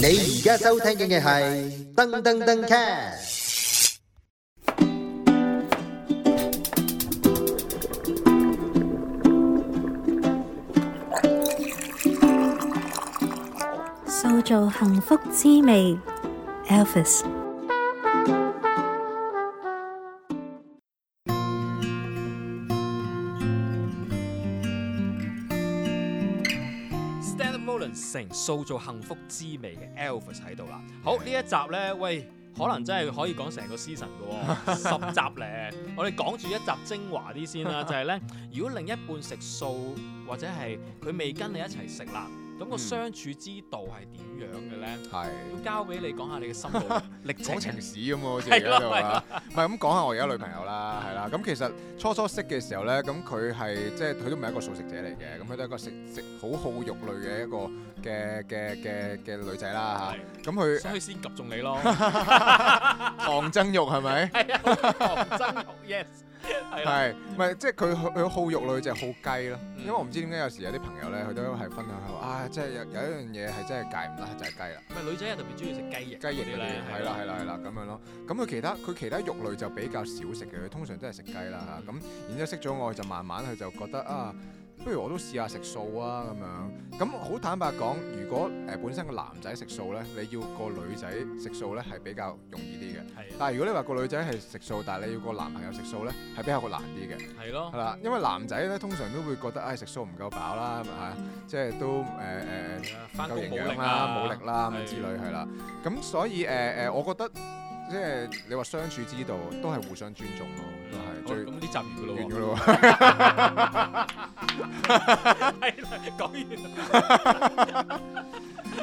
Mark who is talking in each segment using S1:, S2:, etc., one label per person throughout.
S1: 你而家收聽嘅係噔噔噔 cast。
S2: 塑造幸福滋味，Elvis。
S3: Stand Up Mullins 成塑造幸福滋味嘅 Elvis 喺度啦。好呢一集咧，喂，可能真係可以講成個 season 嘅喎，十集咧。我哋講住一集精華啲先啊啦，就係咧，如果另一半食素或者係佢未跟你一齊食啦，咁個
S4: 嗯
S3: 相處之道係點樣嘅咧？
S4: 係
S3: 要交俾你講下你嘅心 路歷程
S4: 講情。史咁喎，好似而家度啦，唔係咁講下我而家女朋友啦，係啦，咁其實初初識嘅時候咧，咁佢係即係佢都唔係一個素食者嚟嘅，咁佢都係一個食食好好肉類嘅一個嘅嘅嘅嘅女仔啦
S3: 係
S4: 嚇，咁佢
S3: 所以先及中你 咯，
S4: 唐僧肉係咪？
S3: 係啊，好真好 yes，係啦，
S4: 係，唔係即係佢佢好肉類就係好雞咯，
S3: 嗯
S4: 因為我唔知點解有時有啲朋友咧，佢都係分享佢話啊，即係有有一樣嘢係真係戒唔甩就係雞啦。
S3: 咪女仔係特別中意食雞翼嗰
S4: 雞翼
S3: 啲
S4: 嗰啲
S3: 咧，，
S4: 係啦係啦係啦咁樣咯。咁佢其他佢其他肉類就比較少食嘅，佢通常都係食雞
S3: 嗯
S4: 啦嚇。咁然之後識咗我就慢慢佢就覺得啊，不如我都試下食素啊咁樣。咁好坦白講，如果誒、呃本身個男仔食素咧，你要個女仔食素咧係比較容易啲嘅。
S3: 係啊，
S4: 但係如果你話個女仔係食素，但係你要個男朋友食素咧，係比較難啲嘅。
S3: 係咯
S4: 係。啦，因為男仔咧通常都會覺得，唉、食素唔夠飽啦，嚇、即係都誒誒。呃
S3: 翻
S4: 夠
S3: 啊工冇
S4: 營養
S3: 力
S4: 啦、
S3: 啊，
S4: 冇力啦
S3: 係
S4: 咁之類係啦。咁所以誒誒、呃我覺得即係你話相處之道都係互相尊重咯，
S3: 嗯
S4: 都係
S3: 好
S4: 最
S3: 咁呢集完噶咯
S4: 完
S3: 喎，
S4: 噶咯。
S3: 係啦，講完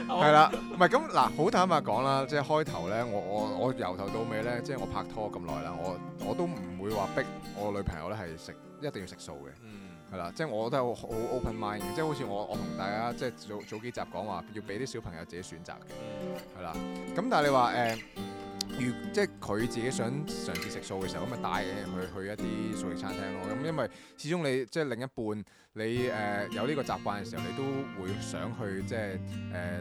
S4: 係，啦，唔係咁嗱，好坦白講啦，即係開頭咧，我我我由頭到尾咧，即係我拍拖咁耐啦，我我都唔會話逼我女朋友咧係食一定要食素嘅。
S3: 嗯，
S4: 係啦，即係我都係好好 open mind 嘅，即係好似我我同大家即係早早幾集講話要俾啲小朋友自己選擇嘅。係啦。咁但係你話誒、呃如即係佢自己想嘗試食素嘅時候，咁咪帶佢去一啲素食餐廳咯。咁因為始終你即係另一半，你誒、呃有呢個習慣嘅時候，你都會想去即係誒、呃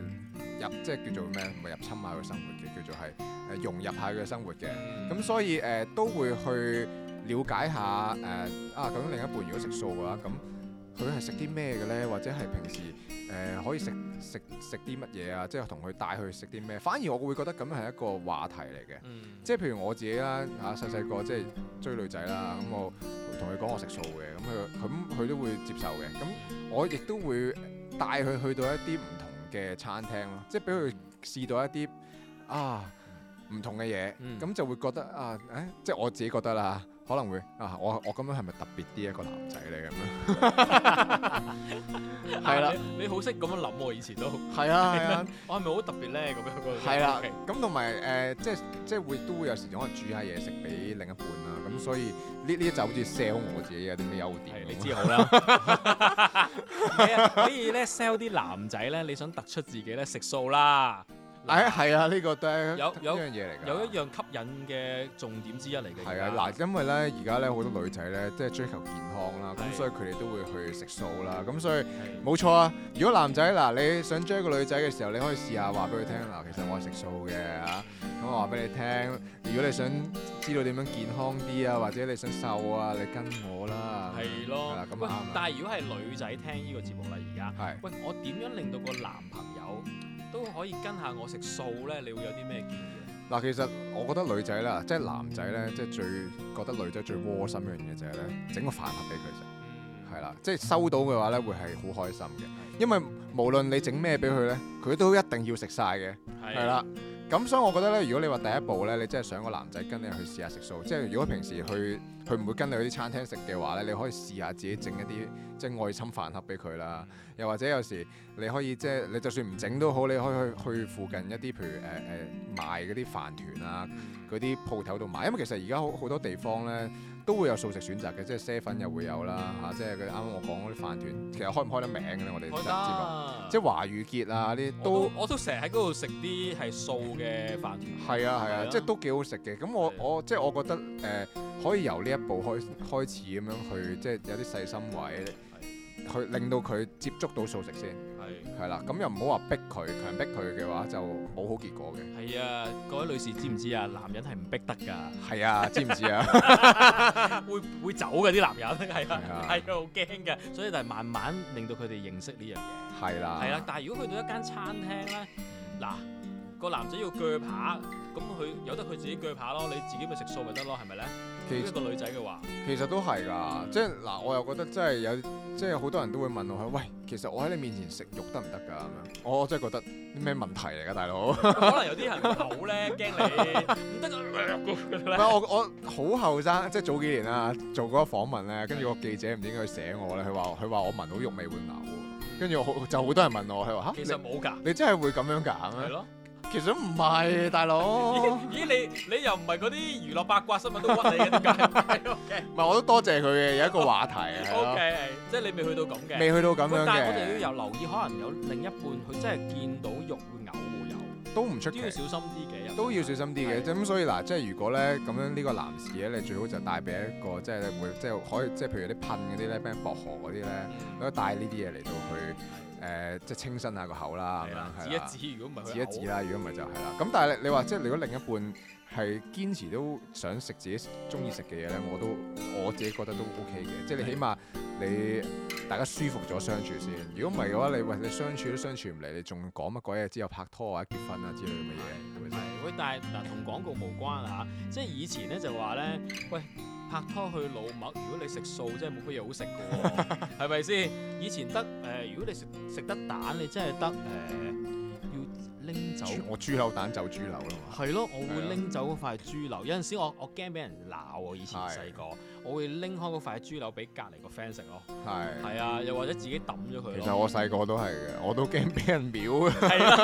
S4: 入即係叫做咩？唔係入侵下佢生活嘅，叫做係誒、呃融入下佢嘅生活嘅。
S3: 嗯
S4: 咁所以誒、呃都會去了解下誒、啊，究竟另一半如果食素嘅話，咁佢係食啲咩嘅咧？或者係平時誒、可以食食食啲乜嘢啊？即係同佢帶佢食啲咩？反而我會覺得咁係一個話題嚟嘅。
S3: 嗯，
S4: 即係譬如我自己啦，啊嚇細細個即係追女仔啦，咁我同佢講我食素嘅，咁佢咁佢都會接受嘅。咁我亦都會帶佢去到一啲唔同嘅餐廳咯，即係俾佢試到一啲啊唔同嘅嘢，咁、
S3: 嗯
S4: 就會覺得啊，誒、即係我自己覺得啦，可能會啊，我我咁樣係咪特別啲一個男仔嚟咁樣？ 係啦
S3: 啊，你你好識咁樣諗喎，以前都，哦
S4: 係啊係 啊。
S3: 我係咪好特別咧？咁樣嗰個
S4: 係啦
S3: OK，
S4: 咁同埋誒，即係即係會都會有時可能煮下嘢食俾另一半啦。咁所以呢呢一集好似 sell 我自己有啲咩優
S3: 係
S4: 點咁。
S3: 你知好 啦，係啊，可以咧 sell 啲男仔咧，你想突出自己咧食素啦，
S4: 誒係啊，呢個都係
S3: 有有
S4: 一樣嘢嚟㗎。
S3: 有一樣吸啊引嘅重點之一嚟嘅，
S4: 係啊，嗱，因為咧而家咧好多女仔咧即係追求健康啦，
S3: 係
S4: 咁所以佢哋都會去食素啦。咁所以
S3: 嗱，
S4: 冇錯啊！如果男仔嗱，你想追一個女仔嘅時候，你可以試下話俾佢聽嗱，其實我係食素嘅嚇。咁我話俾你聽，如果你想知道點樣健康啲啊，或者你想瘦啊，你跟我啦。
S3: 係咯
S4: 啦，咁啊
S3: 喂
S4: 啱啦
S3: 但係如果係女仔聽呢個節目啦，而家。
S4: 係。
S3: 喂，我點樣令到個男朋友都可以跟下我食素咧？你會有啲咩建議？啊
S4: 嗱，其實我覺得女仔啦，即係男仔咧，即係最覺得女仔最窩心一樣嘢就係咧，整個飯盒俾佢食，
S3: 嗯
S4: 係啦，即係收到嘅話咧，會係好開心嘅，因為無論你整咩俾佢咧，佢都一定要食晒嘅，
S3: 嗯係
S4: 係，啦。咁所以我覺得咧，如果你話第一步咧，你真係想個男仔跟你去試下食素，即係如果平時去佢唔會跟你去啲餐廳食嘅話咧，你可以試下自己整一啲即係愛心飯盒俾佢啦。又或者有時你可以即係你就算唔整都好，你可以去去附近一啲譬如誒誒、賣嗰啲飯團啊。嗰啲鋪頭度買，因為其實而家好好多地方咧都會有素食選擇嘅，即係啡粉又會有啦嚇、即係佢啱啱我講嗰啲飯團，其實開唔開得名嘅咧？我哋
S3: 開
S4: 真係唔知道
S3: 得，
S4: 即係華裕傑啊呢
S3: 我
S4: 啲
S3: 都
S4: 都
S3: 我都成日喺嗰度食啲係素嘅飯團，
S4: 係啊係
S3: 係
S4: 啊
S3: 啊，
S4: 即係都幾好食嘅。咁我
S3: 係啊
S4: 我即係我覺得誒、呃可以由呢一步開開始咁樣去，即係有啲細心位去令到佢接觸到素食先。
S3: 係係
S4: 係啦，咁又唔好話逼佢，強逼佢嘅話就冇好結果嘅。
S3: 係啊，各位女士知唔知啊？男人係唔逼得㗎。
S4: 係啊，知唔知啊？
S3: 會會走嘅啲男人係啊
S4: 係啊
S3: 係啊好驚嘅，所以就係慢慢令到佢哋認識呢樣嘢。
S4: 係啦，
S3: 係啦，但係如果去到一間餐廳咧，嗱個男仔要鋸扒，咁佢由得佢自己鋸扒咯，你自己咪食素咪得咯，係咪咧？
S4: 其
S3: 一個女仔嘅話，
S4: 其實都係㗎，即係嗱，我又覺得真係有，即係好多人都會問我，喂，其實我喺你面前食肉得唔得㗎？咁樣，我真係覺得啲咩問題嚟㗎，大佬？唔
S3: 可能有啲人口咧驚你唔得㗎
S4: 係我我好後生，即係早幾年啦，做嗰個訪問咧，跟住個記者唔知點解佢寫我咧，佢話佢話我聞到肉味會嘔，跟住我好就好多人問我，佢話
S3: 其
S4: 嚇
S3: 實冇㗎，
S4: 你你真係會咁樣㗎？咁
S3: 係
S4: 樣
S3: 咯。
S4: 其實唔係，大 佬。
S3: 咦你你又唔係嗰啲娛樂八卦新聞都屈你嘅，點解？OK
S4: 唔係，我都多謝佢嘅，有一個話題係 咯
S3: OK，即係你未去到咁嘅。
S4: 未去到咁
S3: 喂
S4: 樣
S3: 但係我哋
S4: 嘅，
S3: 要有留意，可能有另一半佢真係見到肉會嘔會有，
S4: 都唔出
S3: 都要
S4: 奇，
S3: 小心啲嘅。有時
S4: 都要小心啲嘅。
S3: 係
S4: 咁所以嗱，即係如果咧咁樣呢個男士咧，你最好就帶俾一個即係會即係可以即係譬如啲噴嗰啲咧，俾人薄荷嗰啲咧，你可以帶呢啲嘢嚟到去誒、即係清新下個口啦，咁
S3: 係啦，
S4: 樣
S3: 指
S4: 係啦，啊
S3: 一指，如果唔係佢
S4: 指一指啊
S3: 啦。啊
S4: 啦，如果唔係就係啦。咁但係你你話即係如果另一半係堅持都想食自己中意食嘅嘢咧，我都我自己覺得都 OK 嘅，即係你起碼你大家舒服咗相處先。如果唔係嘅話，你喂你相處都相處唔嚟，你仲講乜鬼嘢之後拍拖啊、結婚啊之類咁嘅嘢，係咪
S3: 係
S4: 先？
S3: 喂，但係嗱，同廣告無關啊，即係以前咧就話咧，喂，拍拖去老麥，如果你食素，真係冇乜嘢好食嘅喎，係咪先？以前得誒、呃如果你食食得蛋，你真係得誒、呃要拎走。
S4: 豬我豬柳蛋就豬柳啦嘛，
S3: 係咯，我會
S4: 係啊
S3: 拎走嗰塊豬柳。有陣時我我驚俾人鬧啊！以前
S4: 係
S3: 細個，我會拎開嗰塊豬柳俾隔離個 friend 食咯。
S4: 係。
S3: 係啊，又或者自己抌咗佢
S4: 其實
S3: 咯。
S4: 我細個都係嘅，我都驚俾人秒啊！
S3: 係啦，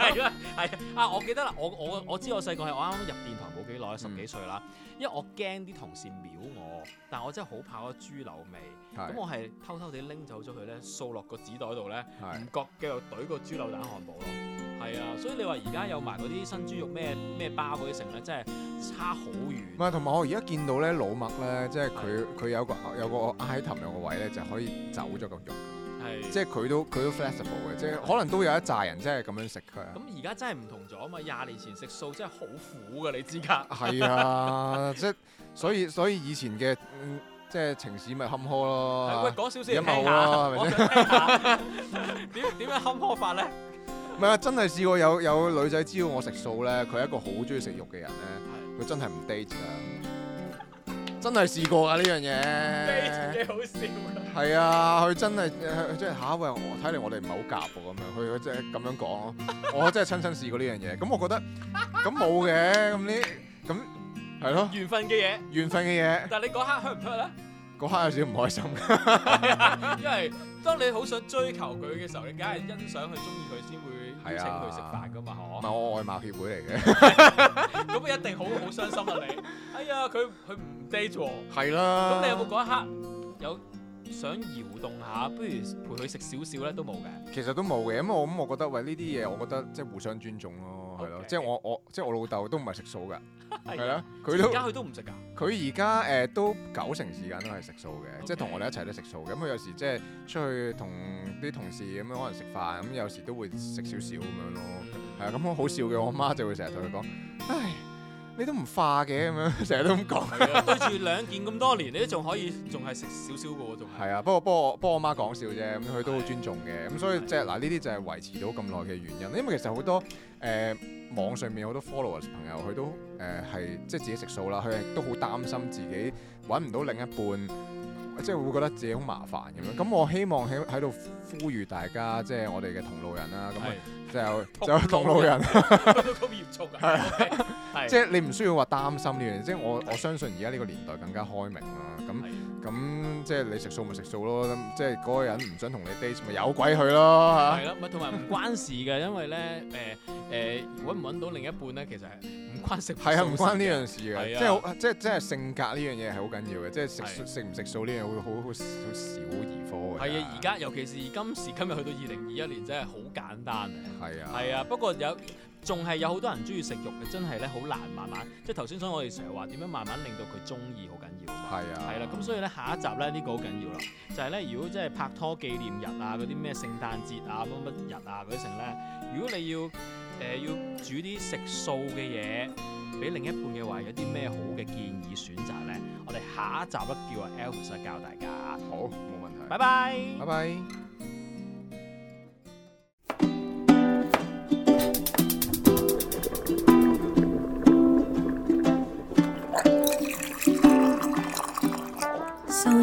S3: 係啦，係啊啊！我記得啦，我我我知我細個係我啱啱入電台冇幾
S4: 嗯
S3: 耐，十幾歲啦。因為我驚啲同事秒我，但我真係好怕嗰豬柳味。咁
S4: 係
S3: 我係偷偷地拎走咗佢咧，掃落個紙袋度咧，唔
S4: 係
S3: 覺嘅又懟個豬柳蛋漢堡咯。係啊，所以你話而家有埋嗰啲新豬肉咩咩包嗰啲成咧，真係差好遠
S4: 唔。係，同埋我而家見到咧老麥咧，即係佢佢有個有個 item 有個位咧，就可以走咗個肉。
S3: 係
S4: 即係佢都佢都 flexible 嘅，即係可能都有一紮人真係咁樣食佢。啊
S3: 咁而家真係唔同咗啊嘛！廿年前食素真係好苦㗎，你知㗎。
S4: 係啊，即係所以所以以前嘅、嗯即係情史咪坎坷
S3: 係喂，
S4: 咯。
S3: 講少少嚟
S4: 哦而家
S3: 聽
S4: 冇
S3: 下，
S4: 啦係咪
S3: 我想聽下 點點樣坎坷法咧？
S4: 唔係啊，真係試過有有女仔知道我食素咧，佢係一個好中意食肉嘅人咧，佢真係唔 date 㗎。真係試過啊呢樣
S3: 係
S4: 嘢。
S3: 幾好笑㗎。
S4: 係啊，佢真係佢即係嚇喂，我睇嚟我哋唔係好夾喎咁樣，佢佢即係咁樣講咯。我真係親身試過呢樣嘢，咁我覺得咁冇嘅，咁呢咁係咯，
S3: 緣分嘅嘢，
S4: 緣分嘅嘢。
S3: 但係你嗰刻 hurt 唔 hurt 咧？
S4: 嗰刻有少少唔開心嘅，
S3: 係啊， 因為當你好想追求佢嘅時候，你梗係欣賞佢、中意佢先會邀請佢食飯 㗎嘛，
S4: 唔
S3: 嗬？
S4: 係我外貌協會嚟嘅，
S3: 咁你一定好好傷心 啊！你，哎呀，佢佢唔 date 喎。
S4: 係啦
S3: 咁你有冇嗰一刻有想搖動下，不如陪佢食少少咧都冇嘅？
S4: 其實都冇嘅，因為我咁我覺得喂呢啲嘢，我覺得即係互相尊重咯，係咯
S3: OK，
S4: 即係我我即係我老豆都唔係食素㗎， 係啦，佢都
S3: 而家佢都唔食㗎。
S4: 佢而家誒都九成時間都係食素嘅，
S3: OK
S4: 即係同我哋一齊都食素嘅。咁佢有時即係出去同啲同事咁樣可能食飯，咁有時都會食少少咁樣咯。係啊，咁我好笑嘅，我媽就會成日同佢講，唉，你都唔化嘅咁樣， 成日都咁講。
S3: 係啊，對住兩件咁多年，你都仲可以仲係食少少嘅喎，仲係。
S4: 係啊，不過不過我不過我媽講笑啫，咁佢都好尊重嘅，咁所以即係嗱呢啲就係維持到咁耐嘅原因，因為其實好多誒、呃、網上面好多 followers 朋友，佢都誒係、即係自己食素啦，佢亦都好擔心自己揾唔到另一半，即係會覺得自己好麻煩咁樣。咁我希望喺喺度呼籲大家，即係我哋嘅同路人啦，咁啊就就同 路人。
S3: 去到咁嚴重啊！ 係
S4: 即係你唔需要話擔心呢樣嘢，即係我我相信而家呢個年代更加開明啦。咁咁即係你食素咪食素咯，咁即係嗰個人唔想同你 date 咪有鬼去咯嚇
S3: 係啦，咪同埋唔關事嘅，因為咧誒誒揾唔揾到另一半咧，其實係唔關食。
S4: 係啊，唔關呢。樣事嘅，
S3: 係啊
S4: 即係好即係即係性格呢樣嘢係好緊要嘅，即係食素
S3: 係
S4: 食唔食素呢樣會好好好小兒科嘅。
S3: 係啊，而家尤其是今時今日去到二零二一年，真係好簡單啊！
S4: 係啊，
S3: 係啊，不過有仲係有好多人中意食肉，你真係咧好難慢慢，即係頭先所以我哋成日話點樣慢慢令到佢中意好緊要。
S4: 係啊，
S3: 係啦，咁所以咧下一集咧呢、個好緊要啦，就係、咧如果真係拍拖紀念日啊，嗰啲咩聖誕節啊、乜乜日啊嗰啲成咧，如果你要誒、呃要煮啲食素嘅嘢俾另一半嘅話，有啲咩好嘅建議選擇咧？我哋下一集咧叫阿 Elvis 啊教大家，
S4: 好冇問題，
S3: 拜拜。
S4: 拜拜。
S2: 塑